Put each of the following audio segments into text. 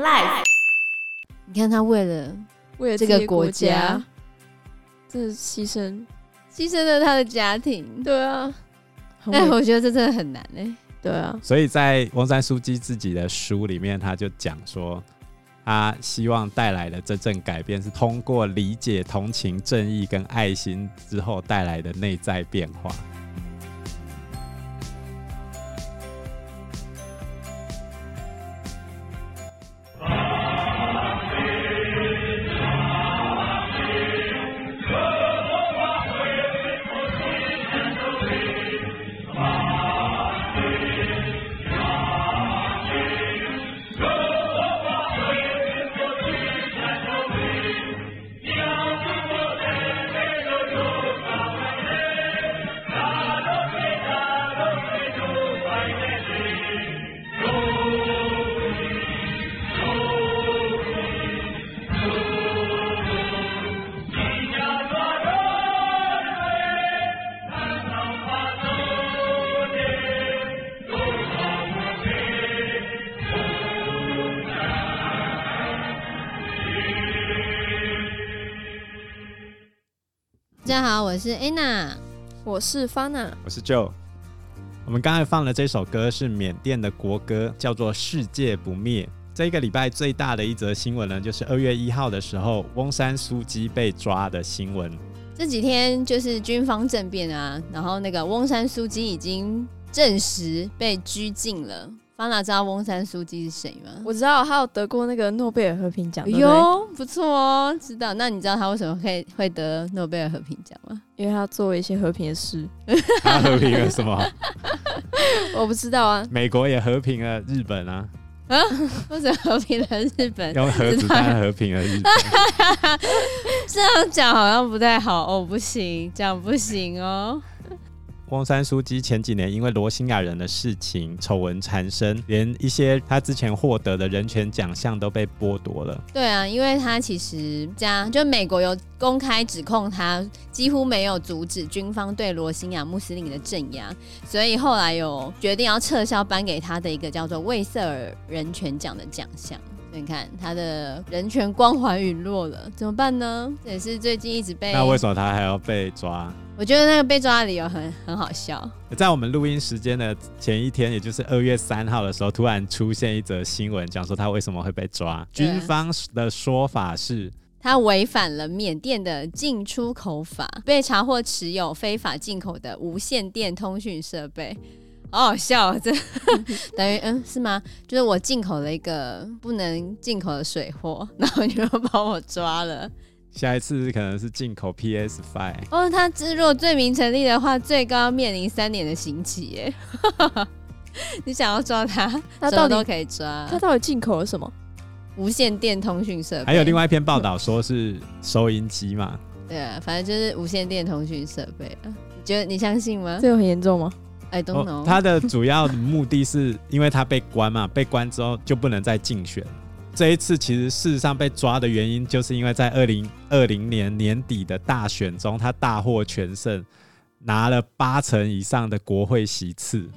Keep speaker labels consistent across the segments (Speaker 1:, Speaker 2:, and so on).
Speaker 1: life。
Speaker 2: 你看他为了
Speaker 3: 为了
Speaker 2: 这
Speaker 3: 自己
Speaker 2: 个
Speaker 3: 的
Speaker 2: 国
Speaker 3: 国
Speaker 2: 家，
Speaker 3: 这牺牲，
Speaker 2: 牺牲了他的家庭，
Speaker 3: 对啊，很
Speaker 2: 哎，
Speaker 3: 伟
Speaker 2: 我觉得这真的很难哎、
Speaker 3: 对啊，
Speaker 4: 所以在翁山书记自己的书里面，他就讲说，他希望带来的真正改变是通过理解、同情、正义跟爱心之后带来的内在变化。
Speaker 2: 大家好，我是 Anna，
Speaker 3: 我是方娜，
Speaker 4: 我是 Joe。我们刚才放的这首歌是缅甸的国歌，叫做《世界不灭》。这一个礼拜最大的一则新闻呢，就是二月一号的时候，翁山苏姬被抓的新 闻。
Speaker 2: 这几天就是军方政变啊，然后那个翁山苏姬已经证实被拘禁了。方娜知道翁山苏姬是谁吗？
Speaker 3: 我知道他有得过那个诺贝尔和平奖，对不对
Speaker 2: 哟，不错哦，知道。那你知道他为什么会会得诺贝尔和平奖吗？
Speaker 3: 因为他做了一些和平的事，
Speaker 4: 他和平了什么？
Speaker 3: 我不知道啊，
Speaker 4: 美国也和平了日本 啊，
Speaker 2: 为什么和平了日本？
Speaker 4: 用核子弹和平了日本。
Speaker 2: 这样讲好像不太好哦，不行，这样不行哦。
Speaker 4: 翁山书记前几年因为罗兴亚人的事情丑闻缠身，连一些他之前获得的人权奖项都被剥夺了。
Speaker 2: 对啊，因为他其实这样，就美国有公开指控他，几乎没有阻止军方对罗兴亚穆斯林的镇压，所以后来有决定要撤销颁给他的一个叫做魏瑟尔人权奖的奖项。所以你看他的人权光环陨落了，怎么办呢？这也是最近一直被
Speaker 4: 那为什么他还要被抓？
Speaker 2: 我觉得那个被抓的理由很很好笑。
Speaker 4: 在我们录音时间的前一天，也就是二月三号的时候，突然出现一则新闻，讲说他为什么会被抓。
Speaker 2: 对
Speaker 4: 军方的说法是，
Speaker 2: 他违反了缅甸的进出口法，被查获持有非法进口的无线电通讯设备。好好笑、 哦，这等于嗯是吗？就是我进口了一个不能进口的水货， 然后你又把我抓了。
Speaker 4: 下一次可能是进口 PS Five。
Speaker 2: 哦，他这如果罪名成立的话，最高要面临三年的刑期耶。 你想要抓他，
Speaker 3: 他
Speaker 2: 什么啊
Speaker 3: 到
Speaker 2: 都
Speaker 3: 底
Speaker 2: 可以抓。
Speaker 3: 他到底进口了什么？
Speaker 2: 无线电通讯设备，
Speaker 4: 还有另外一篇报道说是收音机嘛，
Speaker 2: 对啊，反正就是无线电通讯设备啊。你觉得你相信吗？
Speaker 3: 这有很严重吗？
Speaker 2: I don't know、
Speaker 4: 他哦的主要目的是因为他被关嘛， 被关之后就不能再竞选。这一次其实事实上被抓的原因，就是因为在二零二零年年底的大选中，他大获全胜，拿了八成以上的国会席次。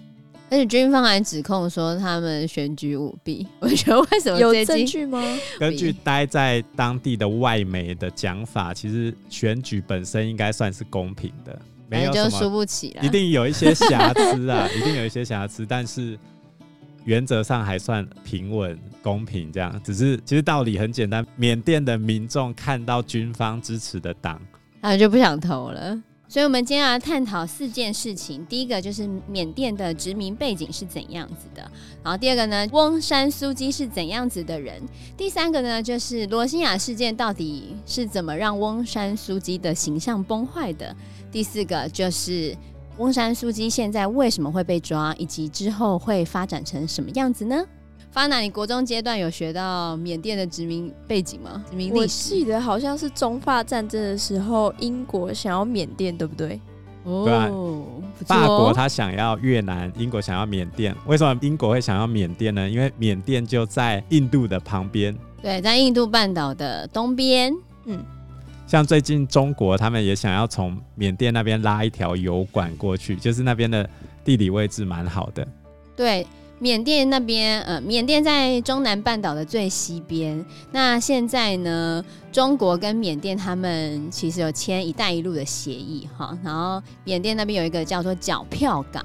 Speaker 2: 而且军方还指控说他们选举舞弊，我觉得为什么
Speaker 3: 有
Speaker 2: 最
Speaker 3: 证
Speaker 2: 近
Speaker 3: 据吗？
Speaker 4: 根据
Speaker 2: 比
Speaker 4: 待在当地的外媒的讲法，其实选举本身应该算是公平的，没
Speaker 2: 反
Speaker 4: 有
Speaker 2: 正就
Speaker 4: 什
Speaker 2: 输
Speaker 4: 么
Speaker 2: 不起了
Speaker 4: 一？定有一些瑕疵啊， 一定有一些瑕疵，但是原则上还算平稳、公平这样。只是其实道理很简单，缅甸的民众看到军方支持的党，
Speaker 2: 他们就不想投了。所以，我们今天要探讨四件事情。第一个就是缅甸的殖民背景是怎样子的，然后第二个呢，翁山苏姬是怎样子的人，第三个呢，就是罗兴亚事件到底是怎么让翁山苏姬的形象崩坏的，第四个就是翁山苏姬现在为什么会被抓，以及之后会发展成什么样子呢？发娜，你国中阶段有学到缅甸的殖民背景吗？殖民
Speaker 3: 我
Speaker 2: 历史？
Speaker 3: 记得好像是中法战争的时候，英国想要缅甸，对不对？
Speaker 2: 哦
Speaker 4: 对啊
Speaker 2: 不错
Speaker 4: 法
Speaker 2: 哦
Speaker 4: 国他想要越南，英国想要缅甸。为什么英国会想要缅甸呢？因为缅甸就在印度的旁边。
Speaker 2: 对，在印度半岛的东边，
Speaker 4: 像最近中国，他们也想要从缅 甸那边拉一条油管过去，就是那边的地理位置蛮好的。
Speaker 2: 对，缅甸那边，呃，缅甸在中南半岛的最西边。那现在呢，中国跟缅甸他们其实有签“一带一路”的协议哈，然后缅甸那边有一个叫做皎票港，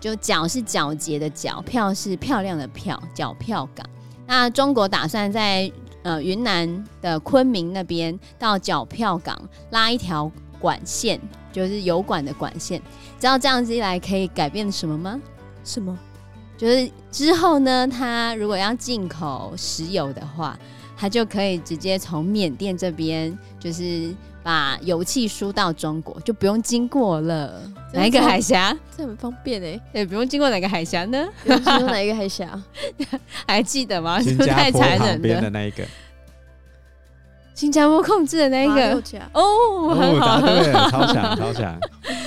Speaker 2: 就皎是皎洁的皎，票是漂亮的票，皎票港。那中国打算在呃云南的昆明那边到皎票港拉一条管线，就是油管的管线。知道这样子一来可以改变什么吗？
Speaker 3: 什么？
Speaker 2: 就是之后呢，它如果要进口石油的话，它就可以直接从缅甸这边，就是把油气输到中国，就不用经过了
Speaker 3: 真
Speaker 2: 哪一个
Speaker 3: 方
Speaker 2: 海峡？
Speaker 3: 这很方便哎、
Speaker 2: 也不用经过哪个海峡呢？
Speaker 3: 尤其有哪一个海峡？
Speaker 2: 还记得吗？啊是
Speaker 4: 新
Speaker 2: 不是
Speaker 4: 加
Speaker 2: 太
Speaker 4: 坡
Speaker 2: 残
Speaker 4: 旁
Speaker 2: 忍
Speaker 4: 边
Speaker 2: 了？
Speaker 4: 的那一个，
Speaker 2: 新加坡控制的那一
Speaker 3: 马六
Speaker 2: 个
Speaker 3: 甲
Speaker 2: 哦，很 好，
Speaker 4: 答
Speaker 2: 很
Speaker 4: 对了，超强超强。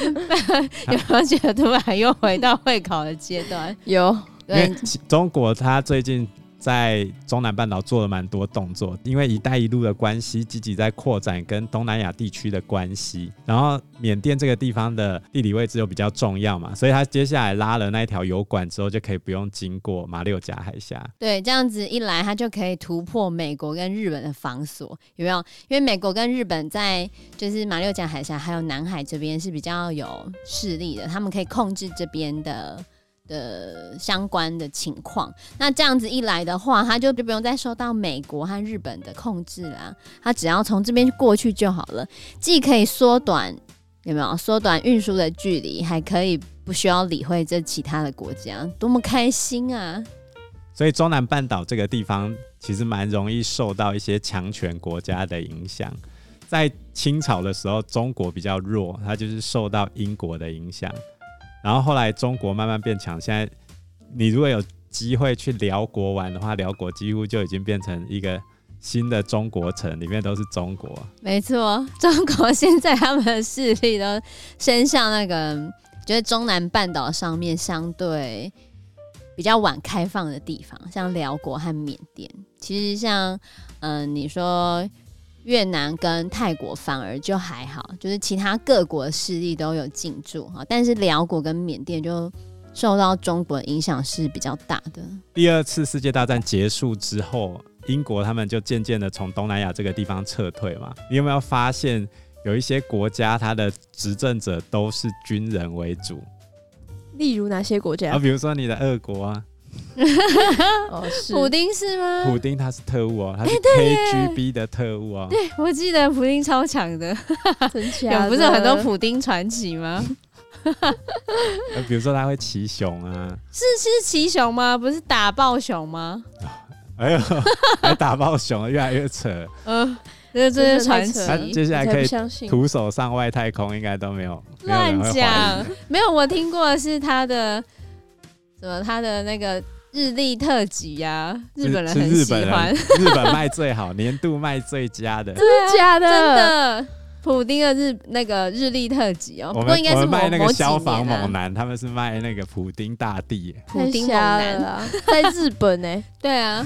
Speaker 2: 好有没有觉得突然又回到会考的阶 段？
Speaker 3: 有
Speaker 4: 因为
Speaker 2: 对，啊
Speaker 4: 其中国它最近在中南半岛做了蛮多动作，因为“一带一路”的关系，积极在扩展跟东南亚地区的关系。然后缅甸这个地方的地理位置又比较重要嘛，所以它接下来拉了那一条油管之后，就可以不用经过马六甲海峡。
Speaker 2: 对，这样子一来，它就可以突破美国跟日本的防锁，有没有？因为美国跟日本在就是马六甲海峡还有南海这边是比较有势力的，他们可以控制这边的的相关的情况。那这样子一来的话，它就就不用再受到美国和日本的控制啦，它只要从这边过去就好了，既可以缩短有没有缩短运输的距离，还可以不需要理会这其他的国家，多么开心啊！
Speaker 4: 所以中南半岛这个地方其实蛮容易受到一些强权国家的影响。在清朝的时候，中国比较弱，它就是受到英国的影响。然后后来中国慢慢变强，现在你如果有机会去辽国玩的话，辽国几乎就已经变成一个新的中国城，里面都是中国。
Speaker 2: 没错， 中国现在他们的势力都伸向那个，就是中南半岛上面相对比较晚开放的地方，像辽国和缅甸。其实像，嗯、你说越南跟泰国反而就还好，就是其他各国的势力都有进驻哈，但是辽国跟缅甸就受到中国的影响是比较大的。
Speaker 4: 第二次世界大战结束之后，英国他们就渐渐的从东南亚这个地方撤退嘛。你有没有发现有一些国家它的执政者都是军人为主？
Speaker 3: 例如哪些国
Speaker 4: 啊，
Speaker 3: 家？
Speaker 4: 比如说你的俄国啊，
Speaker 3: 哦，是
Speaker 2: 普丁是吗？
Speaker 4: 普丁他是特务哦，他是 KGB 的特务哦。
Speaker 2: 我记得普丁超强的，
Speaker 3: 真假
Speaker 2: 有
Speaker 3: 的？
Speaker 2: 不是有很多普丁传奇吗？
Speaker 4: 呃比如说他会骑熊啊，
Speaker 2: 是是骑熊吗？不是打爆熊吗？
Speaker 4: 哎呦， 还打爆熊，越来越扯。
Speaker 2: 呃，这
Speaker 3: 真
Speaker 2: 这
Speaker 3: 的
Speaker 2: 是传
Speaker 3: 太扯
Speaker 4: 他
Speaker 3: 了
Speaker 2: 奇，
Speaker 4: 接下来
Speaker 3: 我才
Speaker 4: 可
Speaker 3: 不
Speaker 4: 以
Speaker 3: 相信。
Speaker 4: 徒手上外太空，应该都没有啊没有人
Speaker 2: 乱
Speaker 4: 会怀疑
Speaker 2: 讲。没有，我听过的是他的什么他的那个日历特辑呀、日本人
Speaker 4: 是
Speaker 2: 很
Speaker 4: 日
Speaker 2: 喜
Speaker 4: 本
Speaker 2: 欢
Speaker 4: 人，，日本卖最好，年度卖最佳的。
Speaker 3: 真的假的？
Speaker 2: 真的。普丁的日那个日历特辑哦，
Speaker 4: 我
Speaker 2: 不过
Speaker 4: 们
Speaker 2: 应该
Speaker 4: 我
Speaker 2: 是
Speaker 4: 们
Speaker 2: 某
Speaker 4: 卖那
Speaker 2: 某
Speaker 4: 个
Speaker 2: 几
Speaker 4: 消防
Speaker 2: 年啊
Speaker 4: 猛男，他们是卖那个普丁大帝耶。
Speaker 2: 普丁猛
Speaker 3: 太瞎
Speaker 2: 男
Speaker 3: 了，啊！在日本呢、
Speaker 2: 对啊，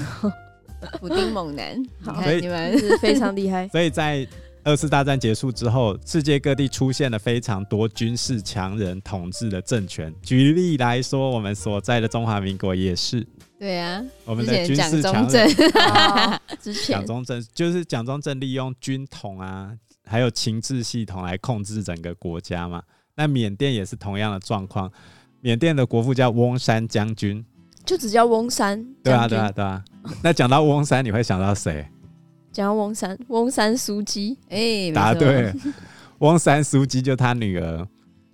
Speaker 2: 普丁猛男，你
Speaker 3: 好
Speaker 4: 所以。
Speaker 2: 看你们
Speaker 3: 是非常厉害
Speaker 4: 所以在二次大战结束之后，世界各地出现了非常多军事强人统治的政权。举例来说，我们所在的中华民国也是
Speaker 2: 对啊，
Speaker 4: 我们
Speaker 2: 之
Speaker 4: 的
Speaker 2: 前
Speaker 4: 军
Speaker 2: 蒋
Speaker 4: 事强
Speaker 2: 中
Speaker 4: 人
Speaker 2: 正，
Speaker 3: 哦 之
Speaker 4: 蒋
Speaker 3: 前
Speaker 4: 中正就是蒋中正利用军统啊，还有情治系统来控制整个国家嘛。那缅甸也是同样的状况，缅甸的国父叫翁山将军。
Speaker 3: 就只叫翁山，
Speaker 4: 对
Speaker 3: 将
Speaker 4: 啊，
Speaker 3: 军
Speaker 4: 对啊，，对啊。那讲到翁山，你会想到谁？
Speaker 3: 讲翁山，翁山苏姬，
Speaker 2: 哎、没
Speaker 4: 答
Speaker 2: 错
Speaker 4: 对，了，翁山苏姬就他女儿，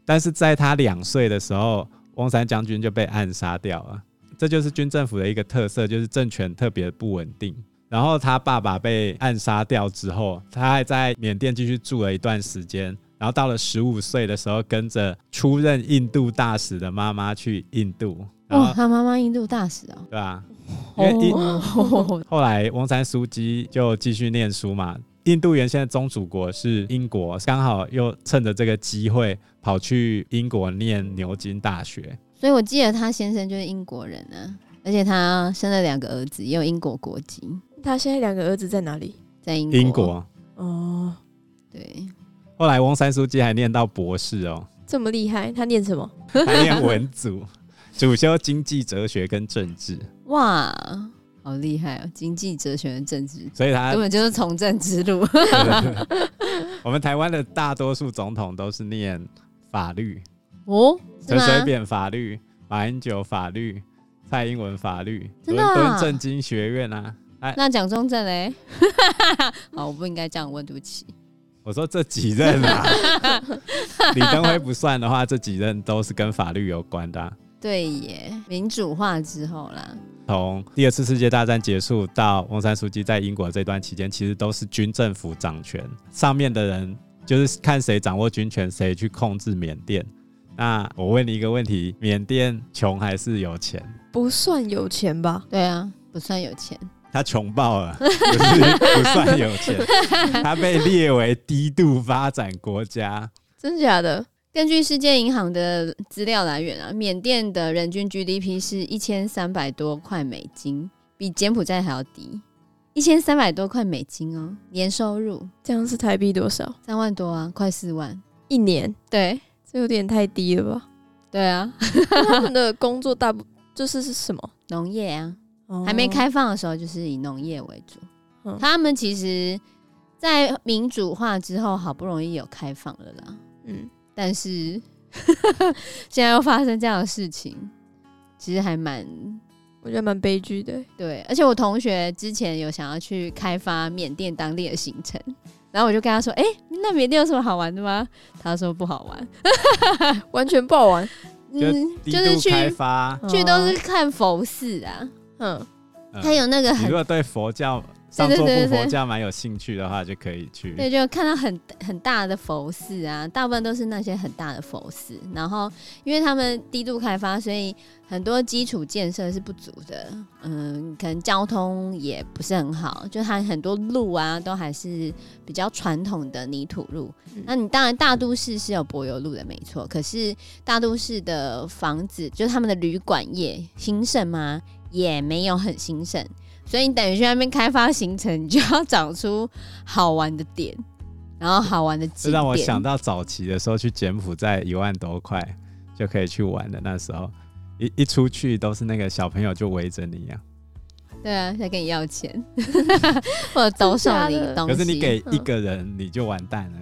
Speaker 4: 但是在他两岁的时候，翁山将军就被暗杀掉了。这就是军政府的一个特色，就是政权特别不稳定。然后他爸爸被暗杀掉之后，他还在缅甸继续住了一段时间。然后到了十五岁的时候，跟着出任印度大使的妈妈去印度，然后、
Speaker 2: 哇，哦他妈妈印度大使哦，
Speaker 4: 对吧、因为印
Speaker 3: 哦，
Speaker 4: 后来翁山苏姬就继续念书嘛。印度原先的宗主国是英国，刚好又趁着这个机会跑去英国念牛津大学。
Speaker 2: 所以我记得他先生就是英国人啊，而且他生了两个儿子，也有英国国籍，
Speaker 3: 他现在两个儿子在哪里？
Speaker 2: 在英国。
Speaker 4: 英国
Speaker 3: 哦，
Speaker 2: 对，
Speaker 4: 后 来翁山苏姬还念到博士哦，
Speaker 3: 这么厉害，他念什么？
Speaker 4: 还念文组。主修经济哲学跟政治，
Speaker 2: 哇，好厉害哦！经济哲学的政治，
Speaker 4: 所以他
Speaker 2: 根本就是从政之路。
Speaker 4: 我们台湾的大多数总统都是念法律，
Speaker 2: 哦，是
Speaker 4: 陈
Speaker 2: 吗？
Speaker 4: 水扁法律，马英九法律，蔡英文法律，
Speaker 2: 真的
Speaker 4: 伦
Speaker 2: 啊
Speaker 4: 敦政经学院啊。
Speaker 2: 那蒋中正嘞？ 好，我不应该这样问，对不起。
Speaker 4: 我说这几任啊， 李登辉不算的话，这几任都是跟法律有关的啊、
Speaker 2: 对耶，民主化之后啦，
Speaker 4: 从第二次世界大战结束到翁山书记在英国这段期间，其实都是军政府掌权，上面的人就是看谁掌握军权，谁去控制缅甸。那我问你一个问题：缅甸穷还是有钱？
Speaker 3: 不算有钱吧？
Speaker 2: 对啊，不算有钱。
Speaker 4: 他穷 爆了，不是不算有钱，他被列为低度发展国家。
Speaker 3: 真假的？
Speaker 2: 根据世界银行的资料来源啊，缅甸的人均 GDP 是一千三百多块美金，比柬埔寨还要低，一千三百多块美金哦，年收入
Speaker 3: 这样是台币多少？
Speaker 2: 三万多啊，快四万。
Speaker 3: 一年？
Speaker 2: 对
Speaker 3: 这有点太低了吧？
Speaker 2: 对啊，
Speaker 3: 那他们的工作大部 就是是什么？
Speaker 2: 农业啊，还没开放的时候就是以农业为主。
Speaker 3: 嗯
Speaker 2: 他们其实，在民主化之后，好不容易有开放了啦，
Speaker 3: 嗯，
Speaker 2: 但是 现在又发生这样的事情，其实还蛮
Speaker 3: 我觉得蛮悲剧的欸。
Speaker 2: 对，而且我同学之前有想要去开发缅甸当地的行程，然后我就跟他说：“哎、那缅甸有什么好玩的吗？”他说：“不好玩。
Speaker 3: 完全爆完。”
Speaker 4: 就
Speaker 2: 嗯，
Speaker 4: 低
Speaker 2: 就是
Speaker 4: 度
Speaker 2: 去
Speaker 4: 开发。
Speaker 3: 哦
Speaker 2: 去都是看佛寺啊，
Speaker 3: 嗯，
Speaker 4: 嗯
Speaker 2: 他有那个
Speaker 4: 你
Speaker 2: 很
Speaker 4: 如果对佛教上
Speaker 2: 对对
Speaker 4: 座
Speaker 2: 对
Speaker 4: 部
Speaker 2: 对对
Speaker 4: 佛教蛮有兴趣的话，就可以去。
Speaker 2: 对，就看到很很大的佛寺啊，大部分都是那些很大的佛寺。然后，因为他们低度开发，所以很多基础建设是不足的。嗯，可能交通也不是很好，就它很多路啊都还是比较传统的泥土路。
Speaker 3: 嗯
Speaker 2: 那你当然大都市是有柏油路的，没错。可是大都市的房子，就是他们的旅馆业兴盛吗？也没有很兴盛。所以你等于去那边开发行程，你就要找出好玩的点，然后好玩的景
Speaker 4: 这
Speaker 2: 点。
Speaker 4: 让我想到早期的时候去柬埔寨一万多块就可以去玩的，那时候一一出去都是那个小朋友就围着你啊，
Speaker 2: 对啊，在跟你要钱， 或者兜售你
Speaker 3: 真的假的
Speaker 2: 东
Speaker 4: 可
Speaker 2: 西。嗯
Speaker 4: 是你给
Speaker 3: 嗯
Speaker 4: 一个人你就完蛋了。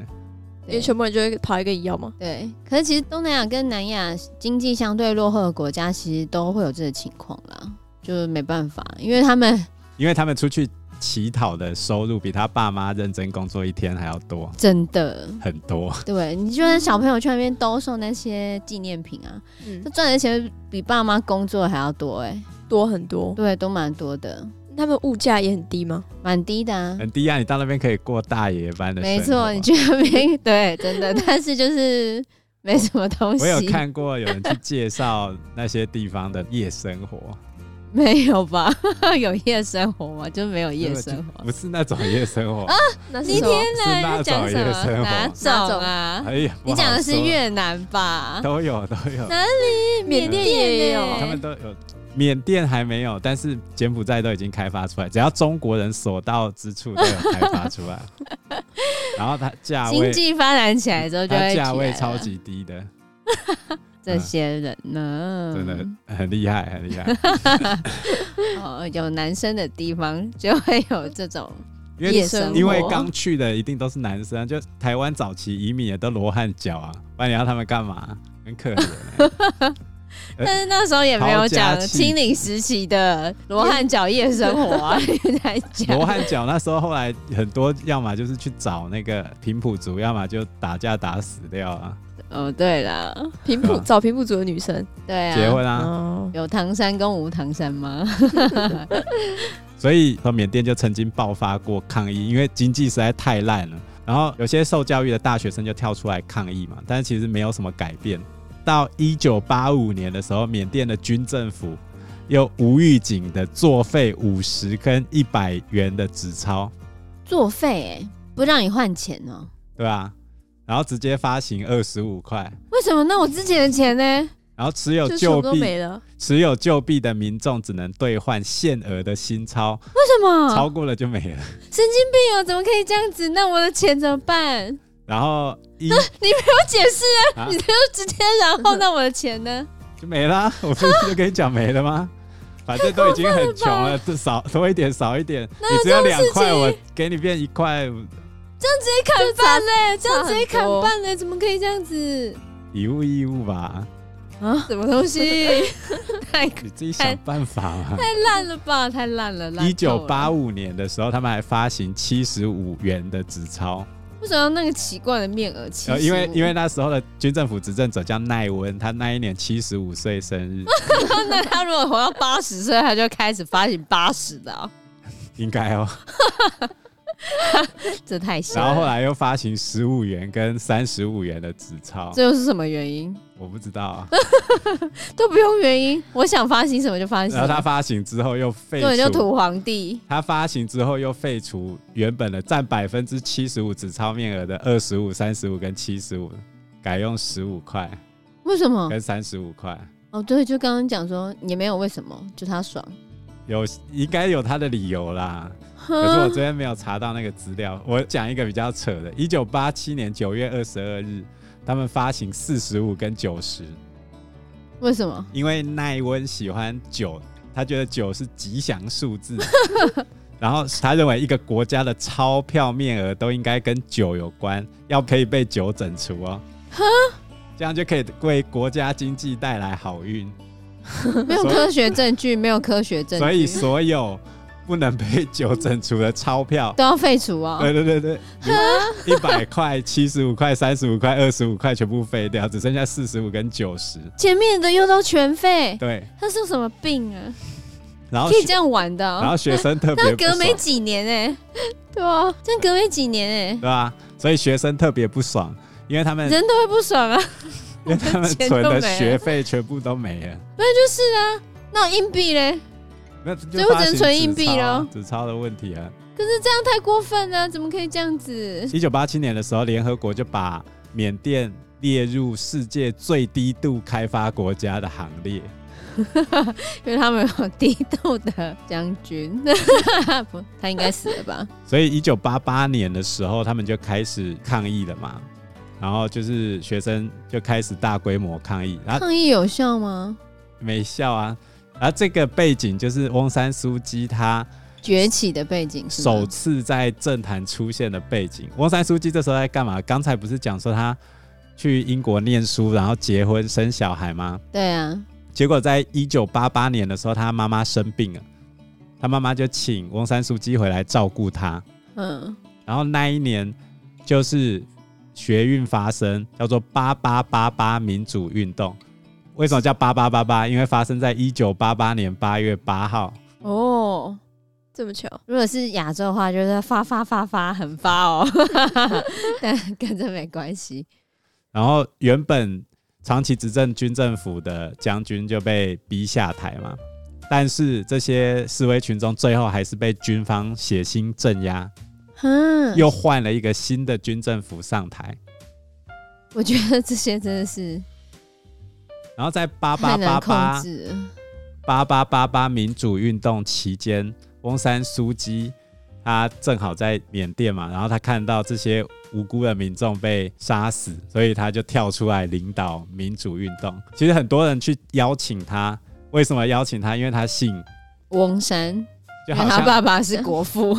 Speaker 3: 因为
Speaker 2: 对
Speaker 3: 全部人就会跑一个一样嘛。
Speaker 2: 对，可是其实东南亚跟南亚经济相对落后的国家，其实都会有这个情况啦，就没办法，因为他们
Speaker 4: 因为他们出去乞讨的收入比他爸妈认真工作一天还要多
Speaker 2: 真的，
Speaker 4: 很多，
Speaker 2: 对你就算小朋友去那边兜售那些纪念品啊，
Speaker 3: 嗯
Speaker 2: 他，赚的钱比爸妈工作还要多哎、
Speaker 3: 多很多。
Speaker 2: 对，都蛮多的，
Speaker 3: 他们物价也很低吗？
Speaker 2: 蛮低的啊。
Speaker 4: 很低啊！你到那边可以过大爷般的生
Speaker 2: 没
Speaker 4: 活。
Speaker 2: 错，你去那边 对，真的，但是就是没什么东西。
Speaker 4: 我有，看过有人去介绍那些地方的夜生活，
Speaker 2: 没有吧？ 有夜生活吗？就没有夜生活。啊
Speaker 4: 不是那种夜生活，
Speaker 3: 那是
Speaker 2: 你
Speaker 3: 什么
Speaker 2: 天
Speaker 4: 是
Speaker 2: 哪，
Speaker 4: 那
Speaker 2: 你讲
Speaker 4: 种
Speaker 2: 什
Speaker 4: 夜
Speaker 2: 么？
Speaker 4: 生
Speaker 2: 哪
Speaker 4: 活。
Speaker 2: 种啊？
Speaker 4: 哎呀，
Speaker 2: 你
Speaker 4: 不好
Speaker 2: 讲的是
Speaker 4: 说
Speaker 2: 越南吧？
Speaker 4: 都有都有，
Speaker 2: 哪里？
Speaker 3: 缅甸也有
Speaker 2: 呢
Speaker 4: 他们都有。缅甸还没有，但是柬埔寨都已经开发出来，只要中国人所到之处都有开发出来。然后它价
Speaker 2: 经
Speaker 4: 位，
Speaker 2: 济发展起 来之后就
Speaker 4: 它
Speaker 2: 会
Speaker 4: 价
Speaker 2: 起来
Speaker 4: 位
Speaker 2: 了
Speaker 4: 超级嗯低的，
Speaker 2: 这些人呢，
Speaker 4: 真的很厉害，很 厉害。
Speaker 2: 哦，有男生的地方就会有这种
Speaker 4: 因为
Speaker 2: 夜生活，
Speaker 4: 因为刚去的一定都是男生啊，就台湾早期移民也都罗汉脚啊，不然你要他们干嘛？很可怜、欸。
Speaker 2: 但是那时候也没有
Speaker 4: 豪
Speaker 2: 讲
Speaker 4: 呃家气
Speaker 2: 清领时期的罗汉脚夜生活 啊，你在讲
Speaker 4: 罗汉脚那时候后来很多，要么就是去找那个平埔族，要么就打架打死掉啊，
Speaker 2: 哦，对啦，
Speaker 3: 平埔
Speaker 4: 啊
Speaker 3: 找平埔族的女生
Speaker 2: 对啊，
Speaker 4: 结婚啊。
Speaker 3: 哦，
Speaker 2: 有唐山跟无唐山吗？
Speaker 4: 所以说缅甸就曾经爆发过抗议，因为经济实在太烂了。然后有些受教育的大学生就跳出来抗议嘛，但是其实没有什么改变。到一九八五年的时候，缅甸的军政府又无预警的作废五十跟一百元的纸钞，
Speaker 2: 作废哎、不让你换钱哦、
Speaker 4: 对吧、然后直接发行二十五块，
Speaker 2: 为什么？那我之前的钱呢？
Speaker 4: 然后持有
Speaker 3: 就全
Speaker 4: 旧
Speaker 3: 部都
Speaker 4: 币
Speaker 3: 没了。
Speaker 4: 持有旧币的民众只能兑换限额的新钞，
Speaker 2: 为什么？
Speaker 4: 超过了就没了。
Speaker 2: 神经病哦、怎么可以这样子？那我的钱怎么办？
Speaker 4: 然后 一
Speaker 2: 我解释啊，
Speaker 4: 啊
Speaker 2: 你就直接然后那我的钱呢？
Speaker 4: 就没啦。我不是就跟你讲没了吗？反正都已经很穷了，就少多一点少一点，你只有两块，我给你变一块
Speaker 2: 被砍半嘞，这样直接
Speaker 3: 差
Speaker 2: 砍
Speaker 3: 很多
Speaker 2: 半嘞，怎么可以这样子？
Speaker 4: 一物一物吧，
Speaker 3: 啊，
Speaker 2: 什么东西？ 太
Speaker 4: 你自己想办法
Speaker 2: 哎
Speaker 4: 嘛。
Speaker 2: 烂了吧，太烂了！烂透了
Speaker 4: 一九八，五年的时候，他们还发行七十五元的纸钞，
Speaker 2: 为什么要那个奇怪的面额七
Speaker 4: 呃，因为因
Speaker 2: 为
Speaker 4: 为那时候的军政府执政者叫奈温，他那一年七十五岁生日，
Speaker 2: 那他如果活到八十岁，他就开始发行八十的哦，
Speaker 4: 应该哦。
Speaker 2: 这太吓
Speaker 4: 然
Speaker 2: 人
Speaker 4: 后后来又发行十五元跟三十五元的纸钞，
Speaker 2: 这又是什么原因？
Speaker 4: 我不知道啊。
Speaker 2: 都不用原因，我想发行什么就发行什
Speaker 4: 然后他
Speaker 2: 么，
Speaker 4: 发行之后又废
Speaker 2: 根本就
Speaker 4: 除，
Speaker 2: 土皇帝。
Speaker 4: 他发行之后又废除原本的占百分之七十五纸钞面额的二十五、三十五跟七十五，改用十五块
Speaker 2: 为什么？
Speaker 4: 跟三十五块。
Speaker 2: 哦，对，就刚刚讲说也没有为什么，就他爽。
Speaker 4: 有应该有他的理由啦，
Speaker 2: 嗯
Speaker 4: 可是我这边没有查到那个资料。我讲一个比较扯的，一九八七年九月二十二日，他们发行四十五跟九十，
Speaker 2: 为什 么？
Speaker 4: 因为奈温喜欢九，他觉得九是吉祥数字， 然后他认为一个国家的钞票面额都应该跟九有关，要可以被九整除哦，这样就可以为国家经济带来好运。
Speaker 2: 没有科学证据，没有科学证据，
Speaker 4: 所以所有不能被九整除的钞 票。
Speaker 2: 都要废除啊、
Speaker 4: 对对对 对，一百块、七十五块、三十五块、二十五块全部废掉，只剩下四十五跟九十。
Speaker 2: 前面的又都全废，
Speaker 4: 对，
Speaker 2: 他是有什么病啊？
Speaker 4: 然后
Speaker 2: 可以
Speaker 4: 学
Speaker 2: 这样玩的、
Speaker 4: 然后
Speaker 2: 哦？
Speaker 4: 学生特别
Speaker 2: 那
Speaker 4: 不
Speaker 2: 隔
Speaker 4: 爽，
Speaker 2: 没
Speaker 4: 对
Speaker 2: 几年哎、
Speaker 3: 对啊，
Speaker 2: 这样隔没几年哎、
Speaker 4: 吧、所以学生特别不爽，因为他们
Speaker 2: 人都会不爽啊。
Speaker 4: 因为他们
Speaker 2: 钱
Speaker 4: 存
Speaker 2: 都没
Speaker 4: 的
Speaker 2: 了
Speaker 4: 学费全部都没了，
Speaker 2: 就是啊，那有硬币嘞，
Speaker 4: 那
Speaker 2: 所以
Speaker 4: 就
Speaker 2: 我只
Speaker 4: 发
Speaker 2: 能
Speaker 4: 行
Speaker 2: 存硬
Speaker 4: 纸
Speaker 2: 币
Speaker 4: 钞
Speaker 2: 咯
Speaker 4: 纸钞的问题啊。
Speaker 2: 可是这样太过分了、怎么可以这样子？
Speaker 4: 一九八七年的时候，联合国就把缅甸列入世界最低度开发国家的行列。
Speaker 2: 因为他们有低度的将军， 不，他应该死了吧？
Speaker 4: 所以一九八八年的时候，他们就开始抗议了嘛，然后就是学生就开始大规模抗议，然后
Speaker 2: 抗议有效吗？
Speaker 4: 没效啊。然后这个背景就是翁山苏姬她
Speaker 2: 崛起的背景是吗
Speaker 4: 首次在政坛出现的背景。翁山苏姬这时候在干嘛？刚才不是讲说她去英国念书，然后结婚生小孩吗？
Speaker 2: 对啊，
Speaker 4: 结果在一九八八年的时候，她妈妈生病了，她妈妈就请翁山苏姬回来照顾她。
Speaker 2: 嗯，
Speaker 4: 然后那一年就是学运发生，叫做“八八八八民主运动”。为什么叫“八八八八”？因为发生在一九八八年八月八号。
Speaker 2: 哦，
Speaker 3: 这么巧，
Speaker 2: 如果是亚洲的话，就是发发发发很发哦， 但跟这没关系。
Speaker 4: 然后原本长期执政军政府的将军就被逼下台嘛，但是这些示威群众最后还是被军方血腥镇压，
Speaker 2: 嗯，
Speaker 4: 又换了一个新的军政府上台。
Speaker 2: 我觉得这些真的是
Speaker 4: 然后在八
Speaker 2: 太
Speaker 4: 八八
Speaker 2: 难
Speaker 4: 八
Speaker 2: 控制了。
Speaker 4: 八八八八民主运动期间，翁山苏姬她正好在缅甸嘛，然后她看到这些无辜的民众被杀死，所以她就跳出来领导民主运动。其实很多人去邀请她，为什么邀请她？因为她姓，
Speaker 2: 翁山，
Speaker 4: 就
Speaker 2: 因为
Speaker 4: 好
Speaker 2: 他
Speaker 4: 像
Speaker 2: 爸爸是国 父，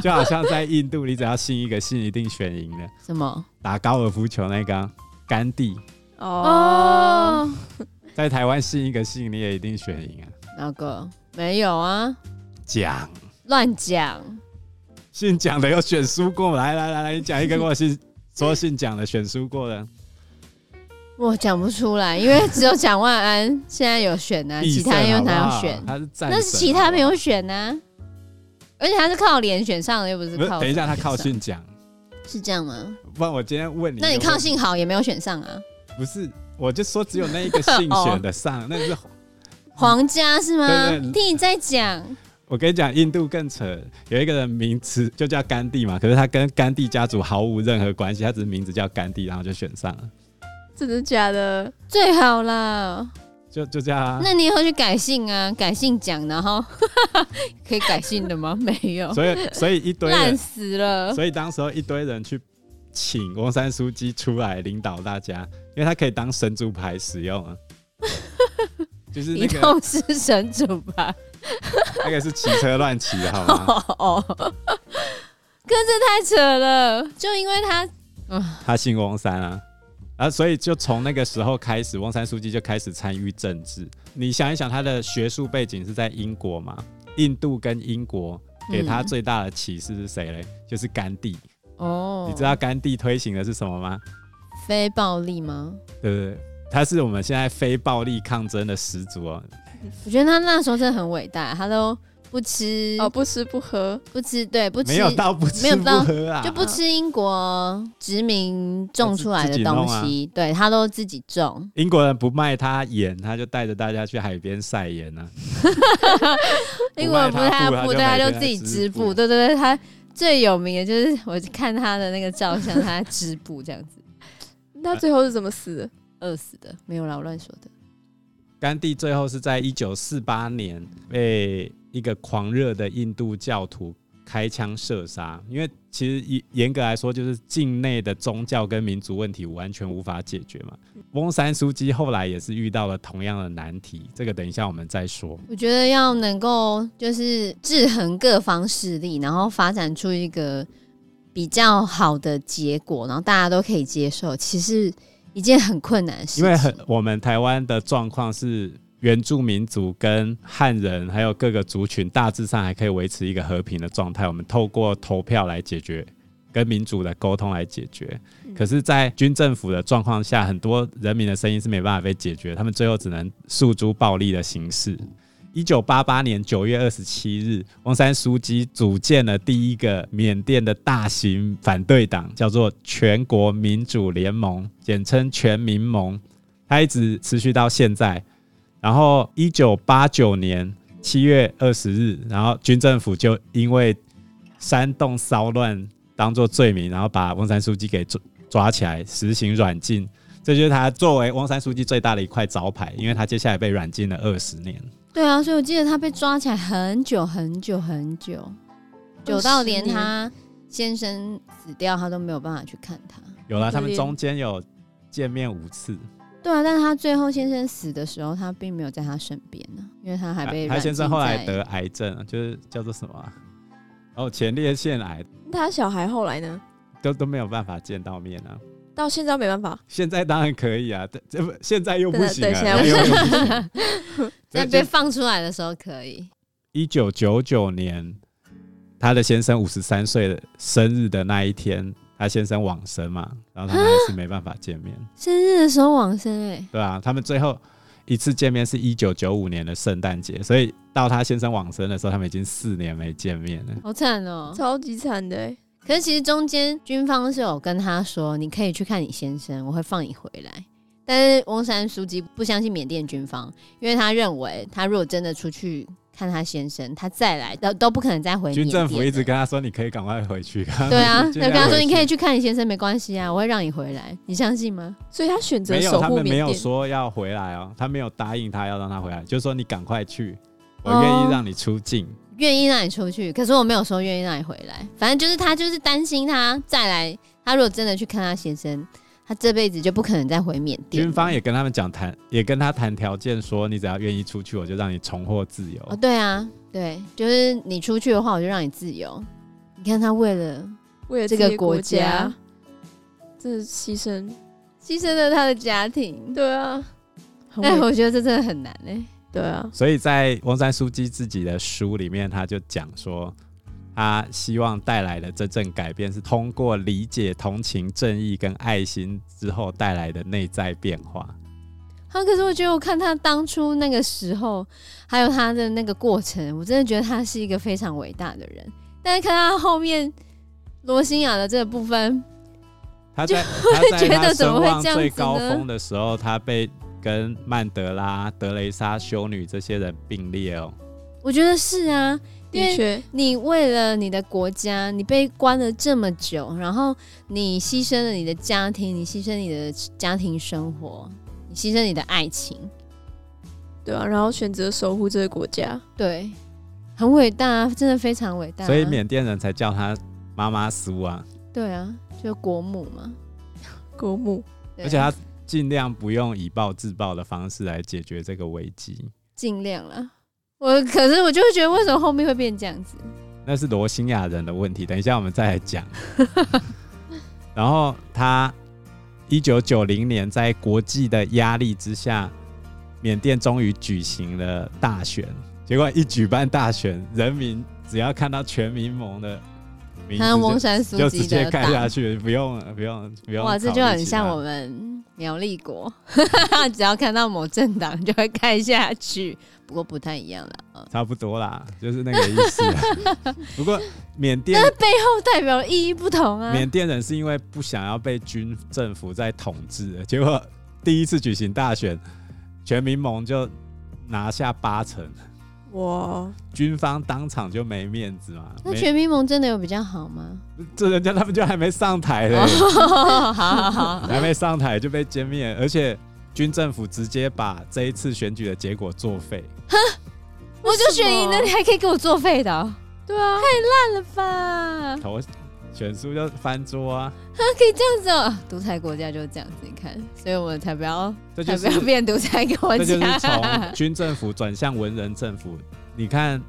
Speaker 4: 就好像在印度，你只要姓一个姓一定选赢的。
Speaker 2: 什么？
Speaker 4: 打高尔夫球那个啊甘地，
Speaker 3: 哦，，
Speaker 4: 在台湾姓一个姓你也一定选赢啊。
Speaker 2: 那个没有啊，
Speaker 4: 蒋
Speaker 2: 乱讲。
Speaker 4: 姓蒋的有选书过，来来来来，你讲一个跟我姓说姓蒋的选书过的，
Speaker 2: 我讲不出来，因为只有蒋万安 现在有选啊，
Speaker 4: 必
Speaker 2: 其
Speaker 4: 胜
Speaker 2: 他又
Speaker 4: 好不
Speaker 2: 哪
Speaker 4: 好
Speaker 2: 有选？
Speaker 4: 他是战神，
Speaker 2: 那是其他没
Speaker 4: 好
Speaker 2: 有选啊，而且他是靠脸选上的，又不是
Speaker 4: 不好。不是，
Speaker 2: 靠
Speaker 4: 等一下他靠
Speaker 2: 选上
Speaker 4: 姓蒋，
Speaker 2: 是这样吗？
Speaker 4: 不然我今天问你一个
Speaker 2: 那
Speaker 4: 问
Speaker 2: 你
Speaker 4: 题，
Speaker 2: 靠幸好也没有选上啊？
Speaker 4: 不是？我就说只有那一 个姓
Speaker 2: 哦
Speaker 4: 选得上，那是
Speaker 2: 皇家是吗
Speaker 4: 对对？
Speaker 2: 听你在讲，
Speaker 4: 我跟你讲，印度更扯，有一个人名字就叫甘地嘛，可是他跟甘地家族毫无任何关系，他只是名字叫甘地，然后就选上了，
Speaker 3: 真的假的？
Speaker 2: 最好啦。
Speaker 4: 就就这样啊。
Speaker 2: 那你以后去改姓啊，改姓蒋，然后 可以改姓的吗？没有，
Speaker 4: 所以所以一堆
Speaker 2: 烂
Speaker 4: 人，
Speaker 2: 死 了。
Speaker 4: 所以当时候一堆人去请翁山书记出来领导大家，因为他可以当神主牌使用啊。就是
Speaker 2: 移
Speaker 4: 那个
Speaker 2: 动式神主吧？
Speaker 4: 那个是骑车乱骑的 好吗？
Speaker 2: 哦哦，可是这太扯了，就因为他
Speaker 4: 他姓翁山啊，啊，所以就从那个时候开始，翁山书记就开始参与政治。你想一想，他的学术背景是在英国嘛？印度跟英国给他
Speaker 2: 嗯
Speaker 4: 最大的启示是谁嘞？就是甘地。
Speaker 2: 哦，
Speaker 4: 你知道甘地推行的是什么吗？
Speaker 2: 非暴力吗？
Speaker 4: 对不对？他是我们现在非暴力抗争的始祖哦。
Speaker 2: 我觉得他那时候真的很伟大，他都不吃
Speaker 3: 哦，不吃不喝，
Speaker 2: 不吃，对，不吃
Speaker 4: 没有到不
Speaker 2: 没
Speaker 4: 吃
Speaker 2: 有
Speaker 4: 不
Speaker 2: 到
Speaker 4: 喝啊，
Speaker 2: 就不吃英国殖民种出来
Speaker 4: 自
Speaker 2: 的
Speaker 4: 己弄
Speaker 2: 东
Speaker 4: 啊
Speaker 2: 西，对他都自己种。
Speaker 4: 英国人不卖他盐，他就带着大家去海边晒盐啊。
Speaker 2: 英国人不太
Speaker 4: 不卖他布
Speaker 2: 布，对，他
Speaker 4: 他就
Speaker 2: 就
Speaker 4: 买
Speaker 2: 自己
Speaker 4: 他织
Speaker 2: 织
Speaker 4: 布
Speaker 2: 布，对对对，他最有名的就是我看他的那个照相，他在织布这样子，
Speaker 4: 啊
Speaker 3: 那最后是怎么死的？
Speaker 2: 饿死的，没有啦，我乱说的。
Speaker 4: 甘地最后是在一九四八年被一个狂热的印度教徒开枪射杀，因为其实严严格来说，就是境内的宗教跟民族问题完全无法解决嘛。翁山书记后来也是遇到了同样的难题，这个等一下我们再说。
Speaker 2: 我觉得要能够就是制衡各方势力，然后发展出一个比较好的结果，然后大家都可以接受，其实一件很困难的事情。
Speaker 4: 因为很我们台湾的状况是。原住民族跟汉人还有各个族群，大致上还可以维持一个和平的状态。我们透过投票来解决，跟民主的沟通来解决。
Speaker 3: 嗯
Speaker 4: 可是，在军政府的状况下，很多人民的声音是没办法被解决，他们最后只能诉诸暴力的形式。一九八八年九月二十七日，翁山书记组建了第一个缅甸的大型反对党，叫做全国民主联盟，简称全民盟。它一直持续到现在。然后，一九八九年七月二十日，然后军政府就因为煽动骚乱当做罪名，然后把翁山书记给抓抓起来，实行软禁。这就是他作为翁山书记最大的一块招牌，因为他接下来被软禁了二十年。
Speaker 2: 对啊，所以我记得他被抓起来很久很久很久，久到连他先生死掉，他都没有办法去看他。
Speaker 4: 有了，
Speaker 3: 可
Speaker 4: 他们
Speaker 3: 怜
Speaker 4: 中间有见面五次，
Speaker 2: 对啊，但是他最后先生死的时候，他并没有在他身边呢，因为他还被
Speaker 4: 他
Speaker 2: 软
Speaker 4: 先生
Speaker 2: 禁
Speaker 4: 后来
Speaker 2: 在
Speaker 4: 得癌症，就是叫做什么啊、哦，前列腺癌，
Speaker 3: 那他小孩后来呢？
Speaker 4: 都都没有办法见到面啊。
Speaker 3: 到现在都没办法，
Speaker 4: 现在当然可以啊，这这不现在又不行
Speaker 3: 对对现在
Speaker 4: 啊，
Speaker 3: 不
Speaker 4: 又不行。
Speaker 2: 在被放出来的时候可以。
Speaker 4: 一九九九年，他的先生五十三岁的生日的那一天，他先生往生嘛，然后他们还是没办法见面，
Speaker 2: 生日的时候往生哎、
Speaker 4: 对啊，他们最后一次见面是一九九五年的圣诞节，所以到他先生往生的时候，他们已经四年没见面了。
Speaker 2: 好惨哦、
Speaker 3: 超级惨的欸。
Speaker 2: 可是其实中间军方是有跟他说，你可以去看你先生，我会放你回来。但是翁山书记不相信缅甸军方，因为他认为他如果真的出去看他先生，他再来都都不可能再回缅
Speaker 4: 军
Speaker 2: 甸
Speaker 4: 政府一直
Speaker 2: 了
Speaker 4: 跟他说：“你可以赶快回去。”
Speaker 2: 对 啊，
Speaker 4: 尽
Speaker 2: 他跟
Speaker 4: 量
Speaker 2: 他说
Speaker 4: 回去
Speaker 2: 你可以去看你先生，没关系啊，我会让你回来，你相信吗？
Speaker 3: 所以他选择
Speaker 4: 没有，
Speaker 3: 守
Speaker 4: 他
Speaker 3: 护
Speaker 4: 们没
Speaker 3: 缅
Speaker 4: 有
Speaker 3: 甸，
Speaker 4: 说要回来哦，他没有答应他要让他回来，就是说你赶快去，我
Speaker 2: 哦
Speaker 4: 愿意让你出境。
Speaker 2: 愿意让你出去，可是我没有说愿意让你回来，反正就是他就是担心他再来，他如果真的去看他先生，他这辈子就不可能再回缅甸了。
Speaker 4: 军方也跟他们讲谈，也跟他谈条件说，你只要愿意出去，我就让你重获自由。
Speaker 2: 哦，对啊，对，就是你出去的话，我就让你自由。你看他为了
Speaker 3: 为了
Speaker 2: 这
Speaker 3: 自己
Speaker 2: 个
Speaker 3: 的
Speaker 2: 国
Speaker 3: 国
Speaker 2: 家，
Speaker 3: 这是牺牲。
Speaker 2: 牺牲了他的家庭，
Speaker 3: 对啊，很
Speaker 2: 哎，
Speaker 3: 伟
Speaker 2: 我觉得这真的很难哎、
Speaker 3: 对啊，
Speaker 4: 所以在翁山书记自己的书里面，他就讲说，他希望带来的真正改变是通过理解、同情、正义跟爱心之后带来的内在变化。
Speaker 2: 啊，可是我觉得我看他当初那个时候，还有他的那个过程，我真的觉得他是一个非常伟大的人。但是看他后面罗欣雅的这个部分，
Speaker 4: 他在他在
Speaker 2: 觉
Speaker 4: 他
Speaker 2: 得怎
Speaker 4: 声
Speaker 2: 么会
Speaker 4: 望
Speaker 2: 这样
Speaker 4: 最
Speaker 2: 子
Speaker 4: 高
Speaker 2: 呢
Speaker 4: 峰的时候，他被跟曼德拉、德雷莎修女这些人并列哦。
Speaker 2: 我觉得是啊，因为
Speaker 3: 的确，
Speaker 2: 你为了你的国家，你被关了这么久，然后你牺牲了你的家庭，你牺牲你的家庭生活，你牺牲你的爱情，
Speaker 3: 对啊，然后选择守护这个国家，
Speaker 2: 对，很伟大、啊，真的非常伟大啊、
Speaker 4: 所以缅甸人才叫他妈妈苏啊，
Speaker 2: 对啊，就国母嘛，
Speaker 3: 国母
Speaker 2: 对啊
Speaker 4: 而且他尽量不用以暴制暴的方式来解决这个危机。
Speaker 2: 尽量了。我可是我就会觉得，为什么后面会变这样子？
Speaker 4: 那是罗兴亚人的问题，等一下我们再来讲。 然后他一九九零年在国际的压力之下，缅甸终于举行了大选。结果一举办大选，人民只要看到全民盟的名
Speaker 2: 看翁
Speaker 4: 字
Speaker 2: 山
Speaker 4: 就，
Speaker 2: 苏
Speaker 4: 就直
Speaker 2: 姬
Speaker 4: 接
Speaker 2: 的
Speaker 4: 盖下
Speaker 2: 大，
Speaker 4: 去，不用了不用不用考
Speaker 2: 哇，
Speaker 4: 虑其他。
Speaker 2: 这就很像我们苗栗国， 只要看到某政党就会盖下去，不过不太一样了。嗯
Speaker 4: 差不多啦，就是那个意思啊。 不过缅甸
Speaker 2: 但是背后代表的意义不同啊。
Speaker 4: 缅甸人是因为不想要被军政府在统治，结果第一次举行大选，全民盟就拿下八成，
Speaker 3: 我
Speaker 4: 军方当场就没面子嘛。
Speaker 2: 那
Speaker 4: 没
Speaker 2: 全民盟真的有比较好吗？
Speaker 4: 这人家他们就还没上台
Speaker 2: 哦
Speaker 4: 嘞，
Speaker 2: 好好好，
Speaker 4: 还没上台就被歼灭，而且军政府直接把这一次选举的结果作废。
Speaker 2: 我就选赢了，你还可以给我作废的哦、
Speaker 3: 对啊，
Speaker 2: 算了吧，啊
Speaker 4: 投选书就翻桌啊，
Speaker 2: 可以这样子、哦，独裁国家就是这样子，你看，所以我们才不要，
Speaker 4: 这
Speaker 2: 才
Speaker 4: 就是
Speaker 2: 不要变独裁国
Speaker 4: 这就是
Speaker 2: 家
Speaker 4: 从。军政府转向文人政府。你看，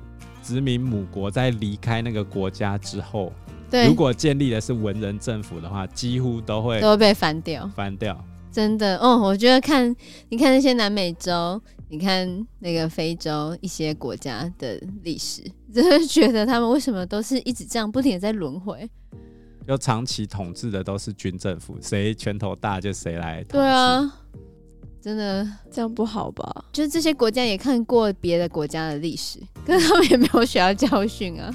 Speaker 4: 殖民母国在离开那个国家之后，
Speaker 2: 对，
Speaker 4: 如果建立的是文人政府的话，几乎都会
Speaker 2: 都会被翻掉，
Speaker 4: 翻掉。
Speaker 2: 真的。哦，我觉得看，你看那些南美洲，你看那个非洲一些国家的历史，真的觉得他们为什么都是一直这样，不停的在轮回。
Speaker 4: 就长期统治的都是军政府，谁拳头大就谁来统治。
Speaker 2: 对，啊，真的，
Speaker 3: 这样不好吧？
Speaker 2: 就是这些国家也看过别的国家的历史，
Speaker 4: 嗯
Speaker 2: 可是他们也没有学到教训啊。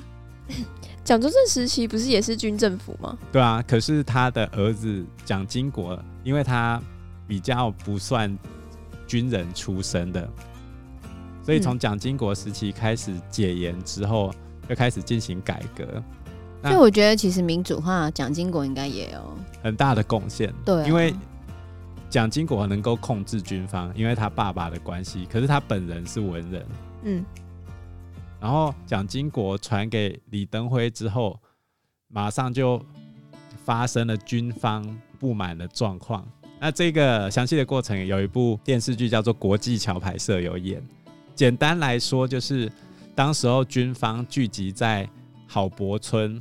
Speaker 3: 蒋中正时期不是也是军政府吗？
Speaker 4: 对啊。可是他的儿子蒋经国，因为他比较不算军人出身的，所
Speaker 2: 嗯
Speaker 4: 以从蒋经国时期开始解严之后，就开始进行改革，那
Speaker 2: 所以我觉得其实民主化，蒋经国应该也 有。
Speaker 4: 很大的贡献。
Speaker 2: 对啊
Speaker 4: 因为蒋经国能够控制军方，因为他爸爸的关系，可是他本人是文人。
Speaker 3: 嗯，
Speaker 4: 然后蒋经国传给李登辉之后，马上就发生了军方不满的状况。那这个详细的过程有一部电视剧叫做《国际桥牌社》有演。简单来说，就是当时候军方聚集在郝柏村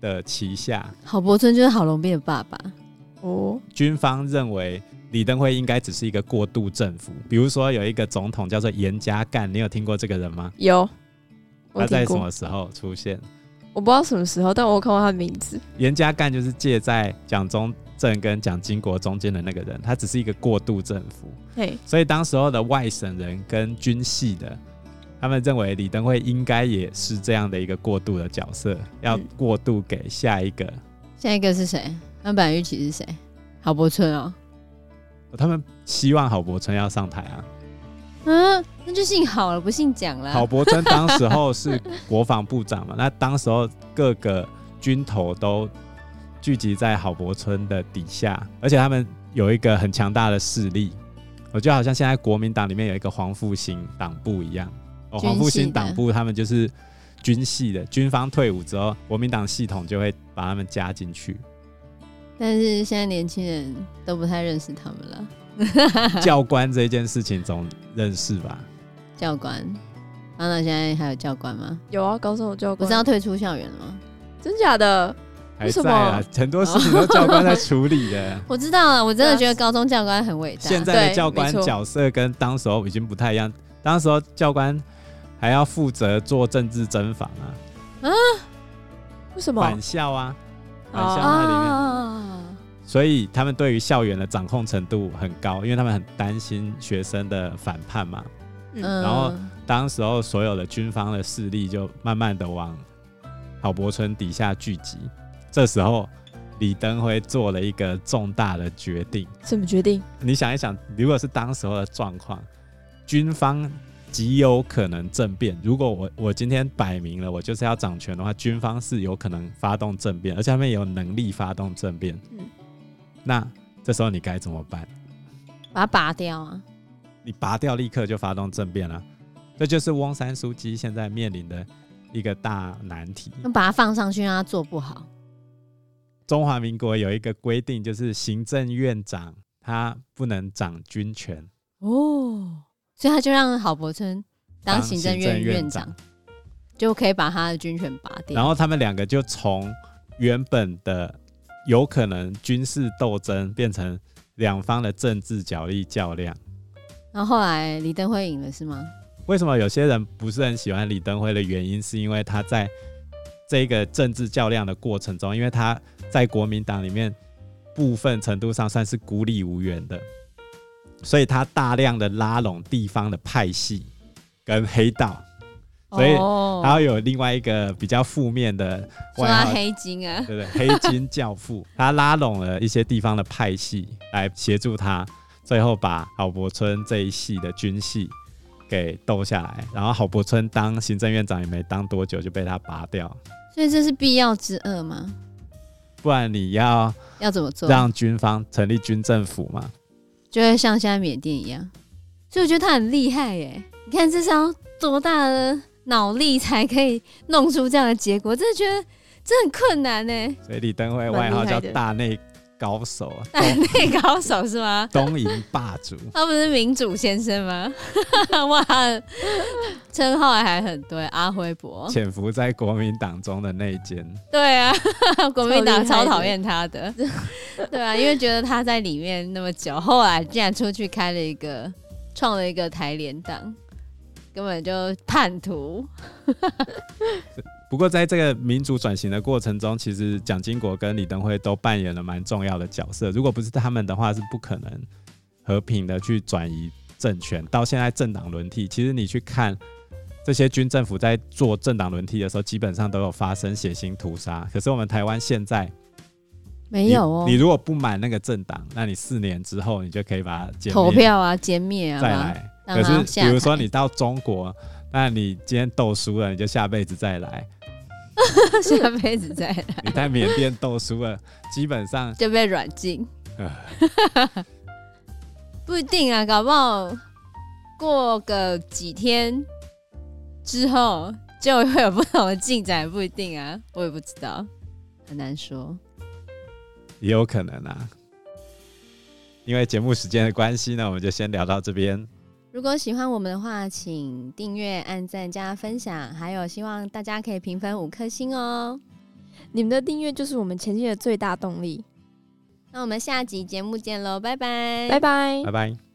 Speaker 4: 的旗下，
Speaker 2: 郝柏村就是郝龙斌的爸爸，
Speaker 3: 哦，
Speaker 4: 军方认为李登辉应该只是一个过渡政府。比如说有一个总统叫做严家淦，你有听过这个人吗？
Speaker 3: 有，我
Speaker 4: 他在
Speaker 3: 听
Speaker 4: 什
Speaker 3: 过，
Speaker 4: 么时候出现？
Speaker 3: 我不知道什么时候，但我有看过他的名字。
Speaker 4: 严家淦就是介在蒋中正跟蒋经国中间的那个人，他只是一个过渡政府，
Speaker 3: 嘿，
Speaker 4: 所以当时候的外省人跟军系的，他们认为李登辉应该也是这样的一个过渡的角色，要
Speaker 3: 嗯
Speaker 4: 过渡给下一个。
Speaker 2: 下一个是谁？那本来预期是谁？郝柏村 哦，
Speaker 4: 他们希望郝柏村要上台啊，
Speaker 2: 嗯，那就姓郝了，不姓蒋了。
Speaker 4: 郝柏村当时候是国防部长嘛， 那当时候各个军头都聚集在郝柏村的底下，而且他们有一个很强大的势力。我觉得好像现在国民党里面有一个黄复兴党部一样，哦，
Speaker 2: 军系的
Speaker 4: 黄复兴党部他们就是军系的，军方退伍之后，国民党系统就会把他们加进去。
Speaker 2: 但是现在年轻人都不太认识他们了。
Speaker 4: 教官这件事情总认识吧？
Speaker 2: 教官，安娜现在还有教官吗？
Speaker 3: 有啊，高中有教
Speaker 2: 不
Speaker 3: 官，
Speaker 2: 是要退出校园了吗？
Speaker 3: 真假的？
Speaker 4: 还
Speaker 3: 为什
Speaker 4: 在
Speaker 3: 么
Speaker 4: 啊，很多事情都教官在处理的。
Speaker 2: 我知道了，我真的
Speaker 3: 对啊
Speaker 2: 觉得高中教官很伟大。
Speaker 4: 现在的
Speaker 3: 对
Speaker 4: 教官
Speaker 3: 没错
Speaker 4: 角色跟当时候已经不太一样，当时候教官还要负责做政治侦防啊，
Speaker 3: 为什么？
Speaker 4: 返校啊，返校
Speaker 3: 哦
Speaker 4: 那里面，
Speaker 2: 啊，
Speaker 4: 所以他们对于校园的掌控程度很高，因为他们很担心学生的反叛嘛。
Speaker 3: 嗯，
Speaker 4: 然后当时候所有的军方的势力就慢慢的往郝柏村底下聚集，这时候李登辉做了一个重大的决定。
Speaker 3: 怎么决定？
Speaker 4: 你想一想，如果是当时候的状况，军方极有可能政变。如果我我今天摆明了我就是要掌权的话，军方是有可能发动政变，而且他们也有能力发动政变。
Speaker 3: 嗯
Speaker 4: 那这时候你该怎么办？
Speaker 2: 把它拔掉啊！
Speaker 4: 你拔掉，立刻就发动政变了。这就是翁山书记现在面临的一个大难题。
Speaker 2: 那把它放上去，让它做不好。
Speaker 4: 中华民国有一个规定，就是行政院长他不能掌军权，
Speaker 2: 哦，所以他就让郝柏村当行政院院长
Speaker 4: 当行，
Speaker 2: 就可以把他的军权拔掉。
Speaker 4: 然后他们两个就从原本的有可能军事斗争变成两方的政治角力较量。
Speaker 2: 然后后来李登辉赢了是吗？
Speaker 4: 为什么有些人不是很喜欢李登辉的原因，是因为他在这个政治较量的过程中，因为他在国民党里面部分程度上算是孤立无援的，所以他大量的拉拢地方的派系跟黑道，所以
Speaker 2: 哦
Speaker 4: 然后有另外一个比较负面的
Speaker 2: 说
Speaker 4: 外
Speaker 2: 他
Speaker 4: 号
Speaker 2: 黑金啊，
Speaker 4: 对不对？ 黑金教父，他拉拢了一些地方的派系来协助他，最后把郝柏村这一系的军系给斗下来。然后郝柏村当行政院长也没当多久就被他拔掉，
Speaker 2: 所以这是必要之恶吗？
Speaker 4: 不然你要
Speaker 2: 要怎么做？
Speaker 4: 让军方成立军政府嘛？
Speaker 2: 就会像现在缅甸一样。所以我觉得他很厉害耶！你看这是要多大的脑力才可以弄出这样的结果？真的觉得这很困难 呢。
Speaker 4: 所以李登辉
Speaker 3: 蛮
Speaker 4: 外号
Speaker 3: 厉害
Speaker 4: 叫
Speaker 3: 的
Speaker 4: 大内高手啊，
Speaker 2: 大内高手是吗？
Speaker 4: 东东瀛霸主。
Speaker 2: 他不是民主先生吗？ 哇，称号还很多耶，阿辉伯。
Speaker 4: 潜伏在国民党中的内奸，
Speaker 2: 对啊， 国民党超
Speaker 3: 超厉害的
Speaker 2: 讨厌他的。对啊，因为觉得他在里面那么久，后来竟然出去开了一个，创了一个台联党，根本就叛徒。
Speaker 4: 不过，在这个民主转型的过程中，其实蒋经国跟李登辉都扮演了蛮重要的角色。如果不是他们的话，是不可能和平的去转移政权。到现在政党轮替，其实你去看这些军政府在做政党轮替的时候，基本上都有发生血腥屠杀。可是我们台湾现在
Speaker 2: 没有哦
Speaker 4: 你，你如果不满那个政党，那你四年之后你就可以把它歼灭
Speaker 2: 投票啊，歼灭啊，
Speaker 4: 再来。
Speaker 2: 让
Speaker 4: 可
Speaker 2: 他
Speaker 4: 是
Speaker 2: 下
Speaker 4: 比如
Speaker 2: 台
Speaker 4: 说你到中国，那你今天斗输了，你就下辈子再来。
Speaker 2: 下辈子再来
Speaker 4: 你在缅甸斗输了，基本上
Speaker 2: 就被软禁
Speaker 4: 唉。
Speaker 2: 不一定啊，搞不好过个几天之后就会有不同的进展，也不一定啊， 我也不知道，很难说。
Speaker 4: 也有可能啊。因为节目时间的关系呢，我们就先聊到这边。
Speaker 2: 如果喜欢我们的话，请订阅、按赞、加分享，还有希望大家可以评分五颗星哦。
Speaker 3: 你们的订阅就是我们前进的最大动力。
Speaker 2: 那我们下集节目见喽，拜拜，
Speaker 3: 拜拜
Speaker 4: 拜。拜。